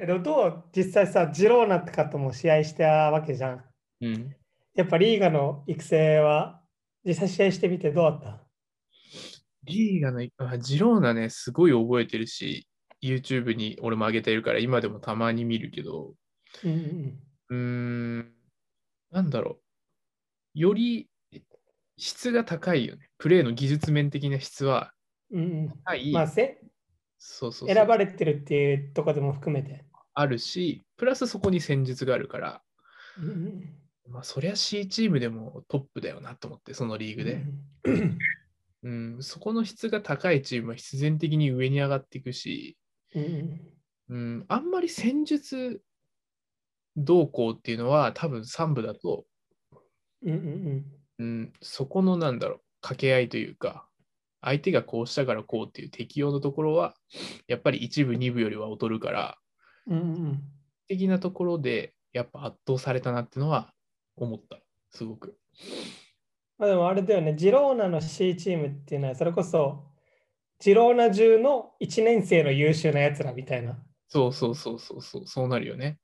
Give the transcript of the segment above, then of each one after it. えっと、どう実際さ、ジローナとかとも試合したわけじゃん。うん。やっぱリーガの育成は実際試合してみてどうだったリーガの、あジローナね、すごい覚えてるし、YouTube に俺も上げてるから、今でもたまに見るけど、うんうんうーん、なんだろう。より質が高いよね。プレーの技術面的な質はうんうん高うい。ん。まあ、せそうそうそう選ばれてるっていうとこでも含めて。あるし、プラスそこに戦術があるから、うんうんまあ、そりゃ C チームでもトップだよなと思って、そのリーグで。うんうん、そこの質が高いチームは必然的に上に上がっていくし、うんうんうん、あんまり戦術動向っていうのは多分3部だと、うんうんうん、そこのなんだろう掛け合いというか相手がこうしたからこうっていう適用のところはやっぱり1部2部よりは劣るからうんうんうん的なところでやっぱ圧倒されたなってのは思ったすごく。まあ、でもあれだよね、ジローナの C チームっていうのは、それこそ、ジローナ中の1年生の優秀なやつらみたいな。っそうそうそうそうそうそうなるよね。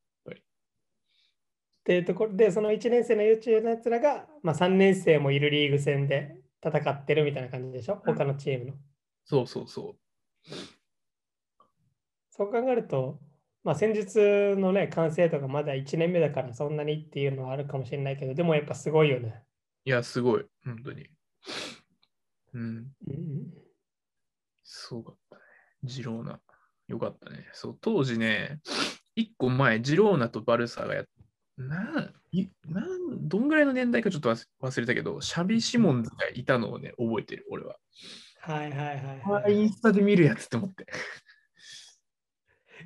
ていうところで、その1年生の優秀なやつらが、まあ、3年生もいるリーグ戦で戦ってるみたいな感じでしょ、うん他のチームの。そうそうそう。そう考えると、まあ、戦術のね、完成度がまだ1年目だから、そんなにっていうのはあるかもしれないけど、でもやっぱすごいよね。いやすごい本当に。うんうんそうだったね。ジローナ。よかったね。そう、当時ね、一個前、ジローナとバルサがやっなんいなんどんぐらいの年代かちょっと忘忘れたけど、シャビ・シモンズがいたのをね、覚えてる、俺は。はいはいはいあはイい、ンスタで見るやつって思って。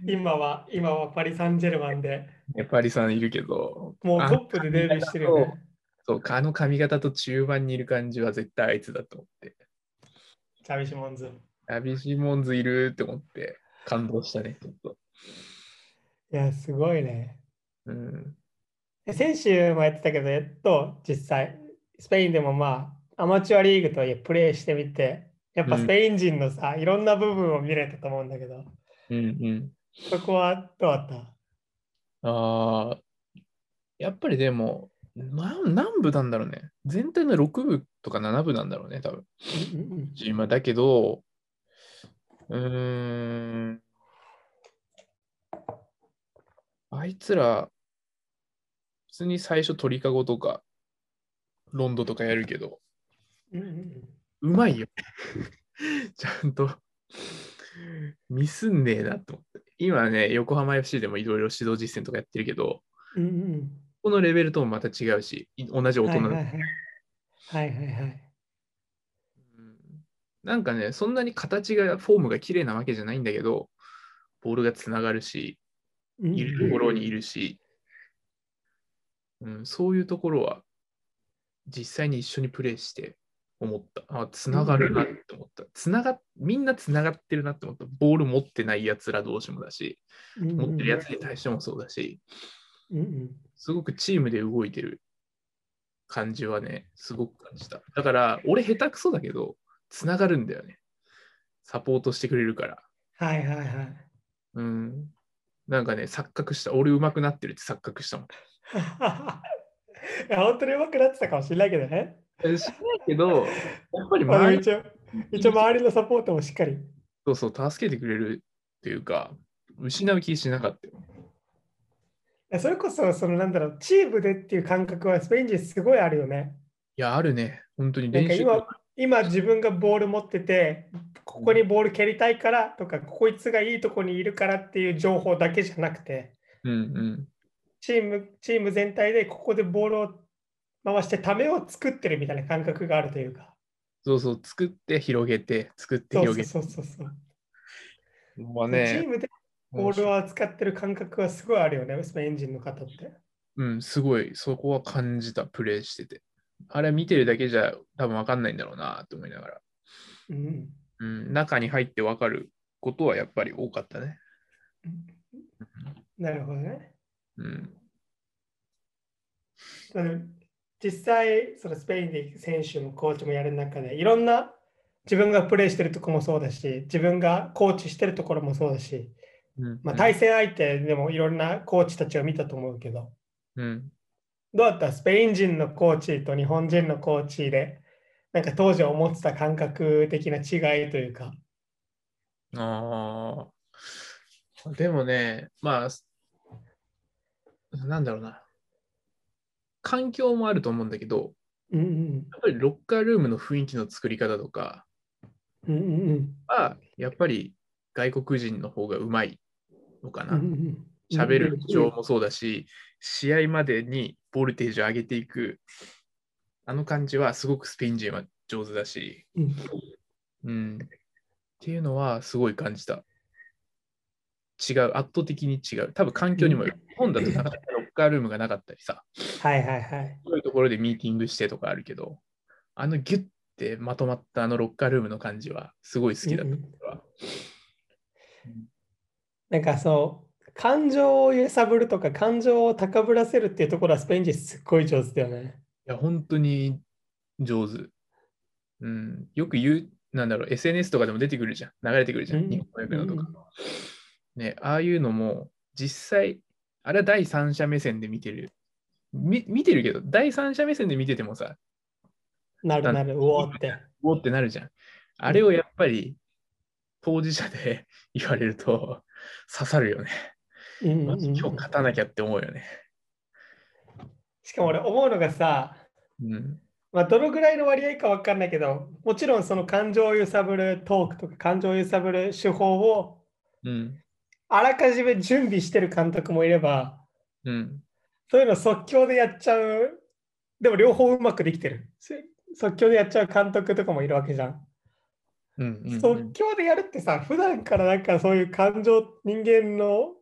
今は、今はパリ・サンジェルマンでやっぱりさんいるけど、もうあトップでデビューしてるよね。そうかあの髪型と中盤にいる感じは絶対あいつだと思って。チャビシモンズ。シャビ・シモンズいるって思って、感動したね、ちょっと。いや、すごいね。うん、え先週もやってたけど、やっと実際、スペインでもまあ、アマチュアリーグとはいえプレーしてみて、やっぱスペイン人のさ、いろんな部分を見れたと思うんだけど、うん、うん。そこはどうだったああ、やっぱりでも、な何部なんだろうね。全体の6部とか7部なんだろうね、多分。今だけど、うーん。あいつら、普通に最初鳥かごとか、ロンドとかやるけど、うんうんうまいよ。 ちゃんと。ミスんねえなと思って。今ね、横浜 FC でもいろいろ指導実践とかやってるけど、うんうんこのレベルともまた違うし、い同じう大んはい人、はいはい。はいはいはい。うんなんかね、そんなに形が、フォームが綺麗なわけじゃないんだけど、ボールがつながるし、うんうんいるところにいるし、うん、そういうところは、実際に一緒にプレーして思った。あ、つながるなって思った。つなが、みんなつながってるなって思った。ボール持ってないやつら同士もだし、うんうん持ってるやつに対してもそうだし、うんうんすごくチームで動いてる感じはね、すごく感じた。だから、俺下手くそだけど、つながるんだよね。サポートしてくれるから。はいはいはい。うん。なんかね、錯覚した。俺上手くなってるって錯覚したもん。いや本当に上手くなってたかもしれないけどね。えしないけど、やっぱりまあ、周り一応、一応周りのサポートもしっかり。そうそう、助けてくれるっていうか、失う気しなかったよ。いやそれこそ、そのなんだろう、チームでっていう感覚はスペイン人すごいあるよね。いや、あるね。本当になん練か習。今、今自分がボール持ってて、ここにボール蹴りたいからとか、こいつがいいとこにいるからっていう情報だけじゃなくて、うんうん。チームチーム全体でここでボールを回してためを作ってるみたいな感覚があるというか。そうそう、作って広げて、作ってそう広そうげて。そうそうそう。まあチーね、ムでボールを扱ってる感覚はすごいあるよね、スペイン人の方って。うん、すごい、そこは感じた、プレイしてて。あれ見てるだけじゃ多分わかんないんだろうなと思いながら、うん。うん、中に入ってわかることはやっぱり多かったね。なるほどね。うん、あの実際、そのスペインで選手もコーチもやる中で、いろんな自分がプレーしてるとこもそうだし、自分がコーチしてるところもそうだし、うんまあ、対戦相手でもいろんなコーチたちを見たと思うけど、うん。どうだったスペイン人のコーチと日本人のコーチで、なんか当時思ってた感覚的な違いというか。ああ。でもね、まあ、なんだろうな。環境もあると思うんだけど、うんうんやっぱりロッカールームの雰囲気の作り方とかうんうんうんは、やっぱり外国人の方がうまいのかうんうな。んうん喋る口調もそうだし、試合までにボルテージを上げていく、あの感じはすごくスペイン人は上手だし、うんうん。っていうのはすごい感じた。違う、圧倒的に違う。多分環境にもよる。日本だとなかなかロッカールームがなかったりさ、はいはいはい。そういうところでミーティングしてとかあるけど、あのギュッてまとまったあのロッカールームの感じはすごい好きだっうんうんた俺は。なんかそう、感情を揺さぶるとか感情を高ぶらせるっていうところはスペイン人すっごい上手だよね。いや、本当に上手。うん、よく言う、なんだろう、SNS とかでも出てくるじゃん。流れてくるじゃ。うんん日本語訳のとうかん。ね、ああいうのも、実際、あれは第三者目線で見てる。み見てるけど、第三者目線で見ててもさ、なるなる、うおーって。おーってなるじゃん。あれをやっぱり、当事者で 言われると、刺さるよね。うんマうんジうん今日勝たなきゃって思うよね。しかも俺思うのがさ、うん。まあ、どのぐらいの割合か分かんないけど、もちろんその感情を揺さぶるトークとか感情を揺さぶる手法をうん。あらかじめ準備してる監督もいれば、うん。そういうの即興でやっちゃう、でも両方うまくできてる。せ即興でやっちゃう監督とかもいるわけじゃん。うん。うん即興でやるってさ、普段からなんかそういう感情、人間の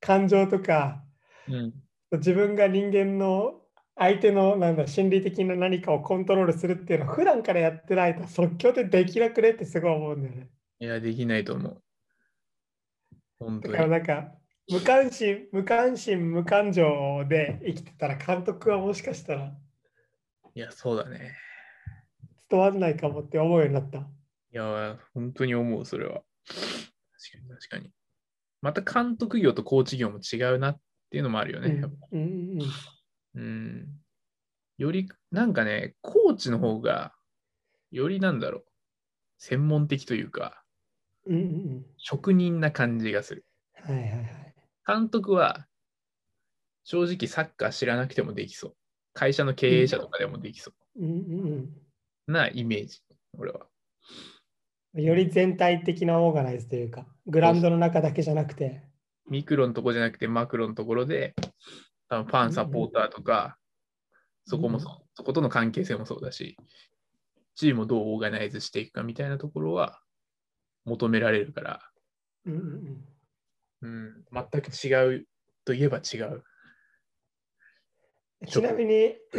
感情とか、うん。自分が人間の相手のなんだ心理的な何かをコントロールするっていうのを普段からやってないと即興でできなくねってすごい思うんだよね。いや、できないと思う。本当だからに。なんか無関心、無関心、無感情で生きてたら監督はもしかしたらいや、そうだね。伝わんないかもって思うようになった。いや、本当に思う、それは。確かに、確かに。また監督業とコーチ業も違うなっていうのもあるよね。やっぱうんうんうんうん。より、なんかね、コーチの方が、よりなんだろう、専門的というか、うんうん職人な感じがする。うん。はいはいはい。監督は、正直サッカー知らなくてもできそう。会社の経営者とかでもできそうんうんうなイメージ、俺は。うん、より全体的なオーガナイズというか、グラウンドの中だけじゃなくて。ミクロのとこじゃなくてマクロのところで、多分ファン、サポーターとか、そこもそう、そことの関係性もそうだし、チームをどうオーガナイズしていくかみたいなところは求められるから、うんうんうんうん、全く違うといえば違う。ちなみに、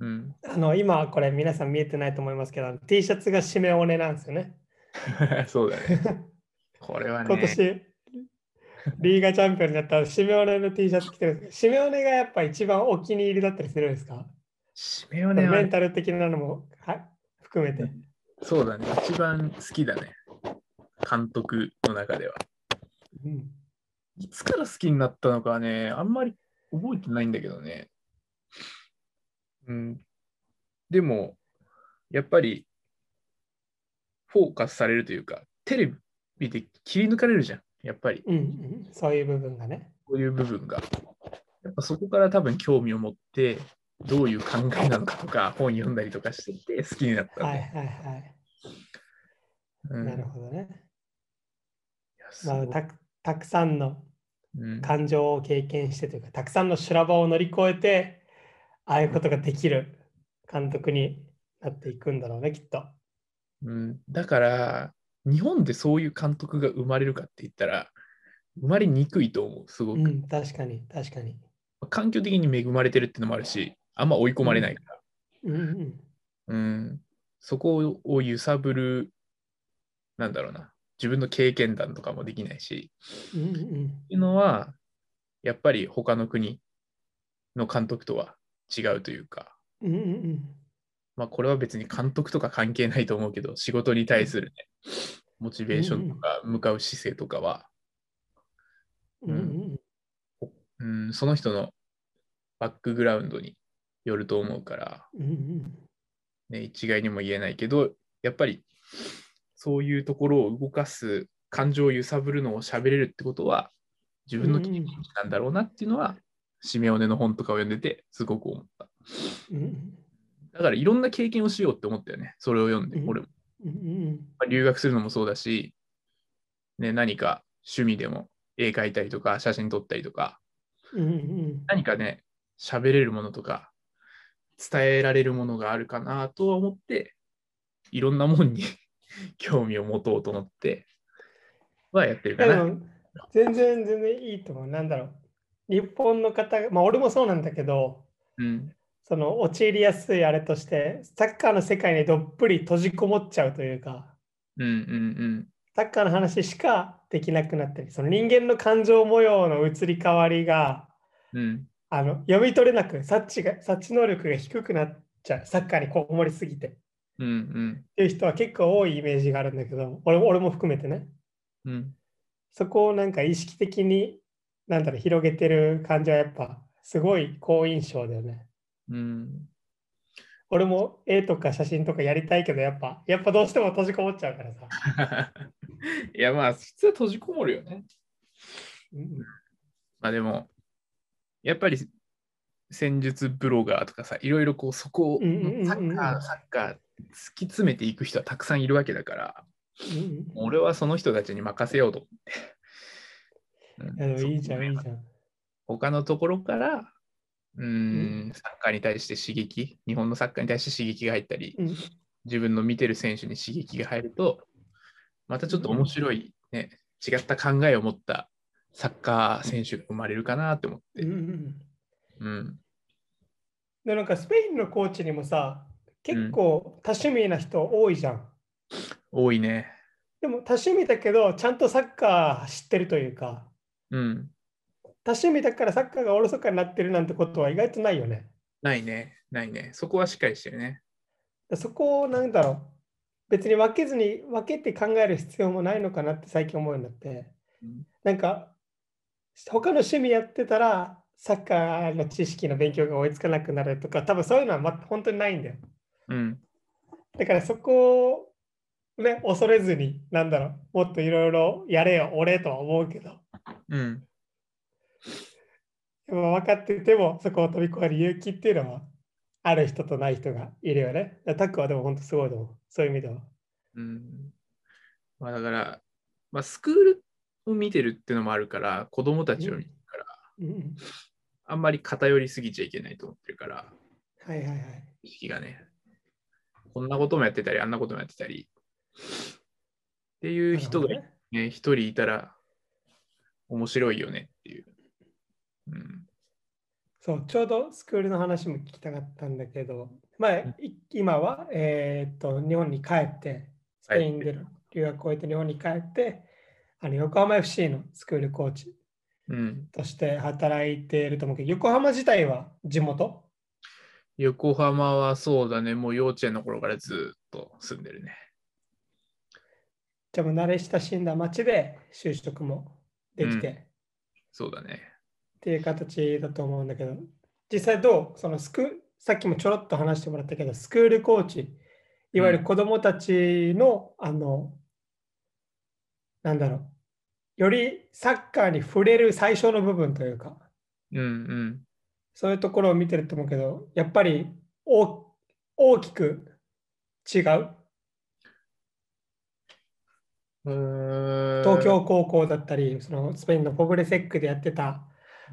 うん、あの今これ皆さん見えてないと思いますけど、T シャツが締めおねなんですよね。そうだね。これはね、今年、リーガチャンピオンになった締めおねの T シャツ着てるんですけど、締めおねがやっぱ一番お気に入りだったりするんですか、締めよねメはンタル的なのもは含めて。そうだね、一番好きだね。監督の中では。うんいつから好きになったのかはね、あんまり覚えてないんだけどね。うん。でも、やっぱり、フォーカスされるというか、テレビで切り抜かれるじゃん。やっぱり、うんうん、そういう部分がね。こういう部分が。やっぱそこから多分興味を持って、どういう考えなのかとか、本読んだりとかしてて、好きになったはいね。はいはい。うんなるほどね。いやまあ、そうたくたくさんのうん感情を経験してというか、たくさんの修羅場を乗り越えて、ああいうことができる監督になっていくんだろうね、きっと。うん、だから、日本でそういう監督が生まれるかって言ったら、生まれにくいと思う、すごうく。ん、確かに、確かに。環境的に恵まれてるってのもあるし、あんま追い込まれないから、うんうんうん、そこを揺さぶる、なんだろうな、自分の経験談とかもできないし、うんうんっていうのは、やっぱり他の国の監督とは違うというか、うんうんうんまあ、これは別に監督とか関係ないと思うけど、仕事に対するね、モチベーションとか、向かう姿勢とかは、うんうんうん、その人のバックグラウンドによると思うから、うんうんね、一概にも言えないけど、やっぱりそういうところを動かす、感情を揺さぶるのを喋れるってことは、自分の気持ちなんだろうなっていうのは、シメオネの本とかを読んでて、すごく思った。うんうんだからいろんな経験をしようって思ったよね、それを読んでう、ん俺も。うんうんまあ留学するのもそうだし、ね、何か趣味でも絵描いたりとか、写真撮ったりとか、うんうん何かね、喋れるものとか、伝えられるものがあるかなとは思って、いろんなもんに 興味を持とうと思って、はやってるでかな。も全然全然いいと思う。なんだろう。日本の方が、まあ俺もそうなんだけど、うん。その陥りやすいあれとして、サッカーの世界にどっぷり閉じこもっちゃうというか、うんうんサッカーの話しかできなくなったり、その人間の感情模様の移り変わりが、うん。うん。あの読み取れなく、察知が察知能力が低くなっちゃう、サッカーにこもりすぎて。うんうんっていう人は結構多いイメージがあるんだけど、俺も俺も含めてね。うん。そこをなんか意識的に、なんだろう、広げてる感じはやっぱ、すごい好印象だよね。うん。 俺も絵とか写真とかやりたいけど、やっぱ、やっぱどうしても閉じこもっちゃうからさ。いやまあ、普通は閉じこもるよね。うんまあでも、やっぱり戦術ブロガーとかさ、いろいろこうそこをうんうんうんうんサッカー、サッカー突き詰めていく人はたくさんいるわけだから、うん俺はその人たちに任せようと思って。うんいうやでもいいじゃん、いいじゃん。他のところから、うー、うんサッカーに対して刺激、日本のサッカーに対して刺激が入ったり、うん自分の見てる選手に刺激が入ると、またちょっと面白い、ね、違った考えを持ったサッカー選手が生まれるかなって思っうんうて。んうんで、なんかスペインのコーチにもさ、結構多趣味な人多いじゃん。多いね。でも多趣味だけど、ちゃんとサッカー知ってるというか、うん。多趣味だからサッカーがおろそかになってるなんてことは意外とないよね。ないね。ないね。そこはしっかりしてるね。そこをなんだろう別に分けずに分けて考える必要もないのかなって最近思うんだってうんなんか他の趣味やってたらサッカーの知識の勉強が追いつかなくなるとか多分そういうのはま本当にないんだようん。だからそこをね恐れずになんだろうもっといろいろやれよ俺とは思うけどうん。でも分かっててもそこを飛び越える勇気っていうのはある人とない人がいるよねだからタックはでも本当すごいと思うそういう意味ではうん。まあだから、まあ、スクールを見てるってのもあるから、子供たちを見てるから、うんあんまり偏りすぎちゃいけないと思ってるから、はいはいはい意識がね。こんなこともやってたり、あんなこともやってたり。っていう人がなるほどねね、一人いたら面白いよねっていう。うん。そう、ちょうどスクールの話も聞きたかったんだけど、まあ、い今は、えーっと、日本に帰って、スペインで留学を終えて日本に帰って、あの横浜 FC のスクールコーチうん。として働いていると思うけど、横浜自体は地元横浜はそうだね、もう幼稚園の頃からずっと住んでるね。じゃあもう慣れ親しんだ町で就職もできて、うっそうだね。ていう形だと思うんだけど、実際どうそのスクさっきもちょろっと話してもらったけど、スクールコーチ、いわゆる子どもたちの、あの、なんだろう、よりサッカーに触れる最初の部分というか、うんうん。そういうところを見てると思うけど、やっぱり大大きく違う。東東京高校だったり、そのスペインのポブレセックでやってた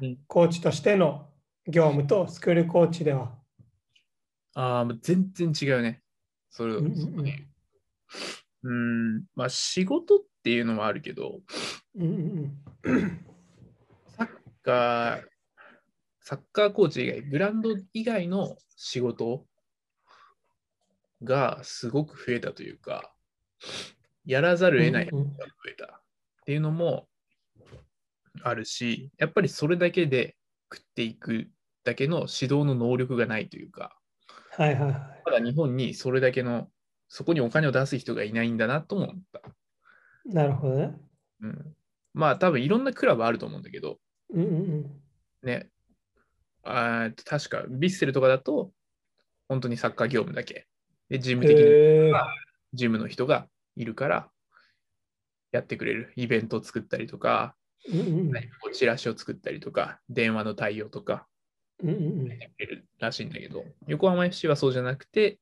うんコーチとしての業務とスクールコーチでは。ああ、もう全然違うね。それ、うんうんうんそうねうん、まあ仕事っていうのもあるけど、うんうんサッカー、サッカーコーチ以外、ブランド以外の仕事がすごく増えたというか、やらざるを得ないうんうんが増えたっていうのもあるし、やっぱりそれだけで食っていくだけの指導の能力がないというか、はいはいはい。まだ日本にそれだけの、そこにお金を出す人がいないんだなとも思った。なるほどね。うんまあ多分いろんなクラブあると思うんだけど、うんうんね。あー確か、ヴィッセルとかだと、本当にサッカー業務だけ。で、ジうムん。的に、へえ。ジムの人がいるから、やってくれる。イベントを作ったりとか、うんうん何かこうチラシを作ったりとか、電話の対応とか、うんうんやってるらしいんだけど、横浜 FC はそうじゃなくて、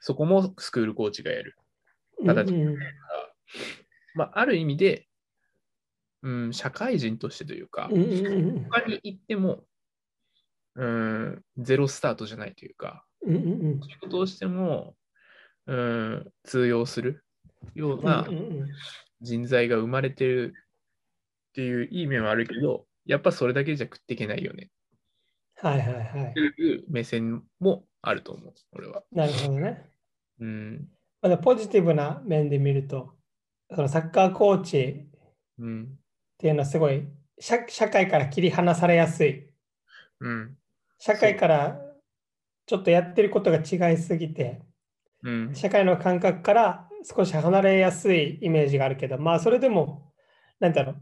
そこもスクールコーチがやる。うん。形うんうんまあ、ある意味で、うん、社会人としてというか、うんうんうん他に行っても、うん、ゼロスタートじゃないというか、うんうんうん仕事をしても、うん、通用するようなうんうんうん人材が生まれてるっていういい面はあるけど、やっぱそれだけじゃ食っていけないよねはいはいはいって。いう目線もあると思う、俺は。なるほどね。うん、まだポジティブな面で見ると、そのサッカーコーチっうん、ていうのはすごい社社会から切り離されやすい。うん、社会からちょっとやってることが違いすぎて、うん。社会の感覚から少し離れやすいイメージがあるけど、まあそれでも、なんだろう、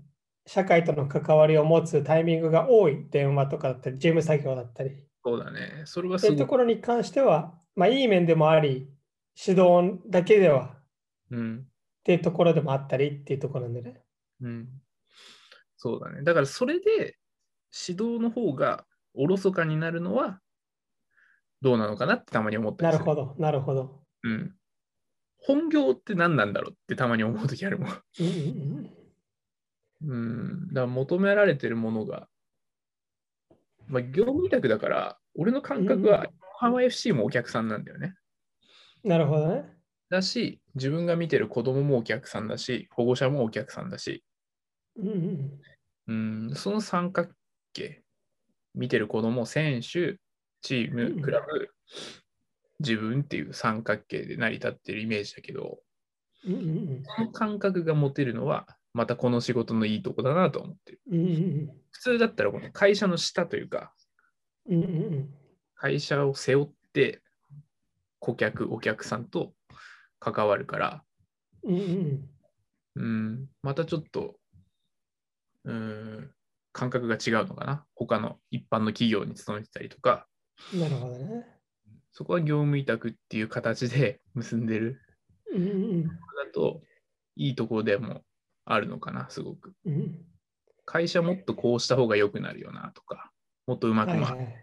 社会との関わりを持つタイミングが多い電話とかだったり、事務作業だったり、そうだね。それはそうすいうとごく、ころに関しては、まあいい面でもあり、指導だけではうん、っていうところでもあったりっていうところなんでね。うん。そうだね。だからそれで指導の方がおろそかになるのはどうなのかなってたまに思ったなりるすほる。ど、なるほど。うん。本業って何なんだろうってたまに思うときあるもん。うんうんうん。だから求められてるものが、まあ、業務委託だから、俺の感覚うんは、横浜 FC もお客さんなんだよね。うんなるほどね。だし、自分が見てる子供もお客さんだし、保護者もお客さんだし、うんうんうん、その三角形、見てる子供、選手、チーうんム、クラブ、自分っていう三角形で成り立ってるイメージだけど、うんうんこの感覚が持てるのは、またこの仕事のいいとこだなと思ってる。うんうん普通だったら、この会社の下というか、うんうんうん会社を背負って、顧客、お客さんと関わるから、うんうんうんうん、またちょっと、うん、感覚が違うのかな。他の一般の企業に勤めてたりとか、うんなるほどね。そこは業務委託っていう形で 結んでるうんうんだと、いいところでもあるのかな、すごく。うんうん会社もっとこうした方が良くなるよなとか、もっとうまくはい回る、はい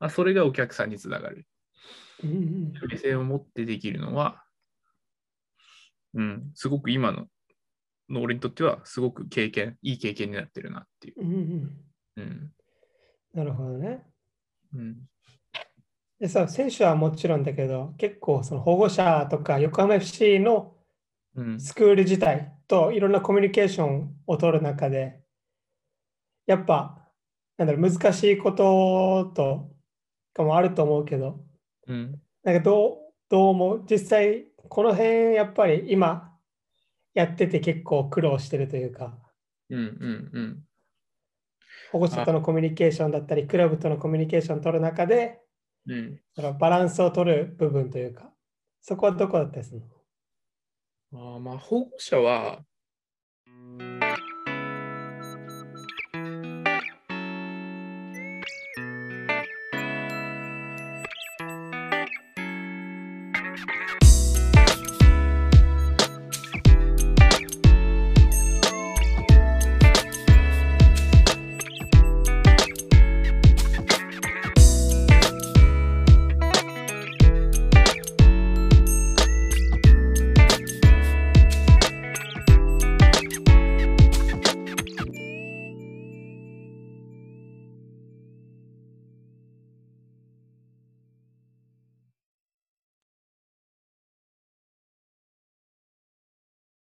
まあ、それがお客さんにつながる。うんうん目線を持ってできるのは、うん、すごく今の、の俺にとっては、すごく経験、いい経験になってるなっていう。うんうんうん。なるほどね。うん、でさ、選手はもちろんだけど、結構その保護者とか横浜 FC のうん、スクール自体といろんなコミュニケーションを取る中で、やっぱ、なんだろう、難しいこととかもあると思うけど、うん、なんかどう、どう思う実際、この辺、やっぱり今、やってて結構苦労してるというか、うん、うん、うん。保護者とのコミュニケーションだったり、クラブとのコミュニケーションを取る中で、うんそのバランスを取る部分というか、そこはどこだったりするのあーまあ、保護者は、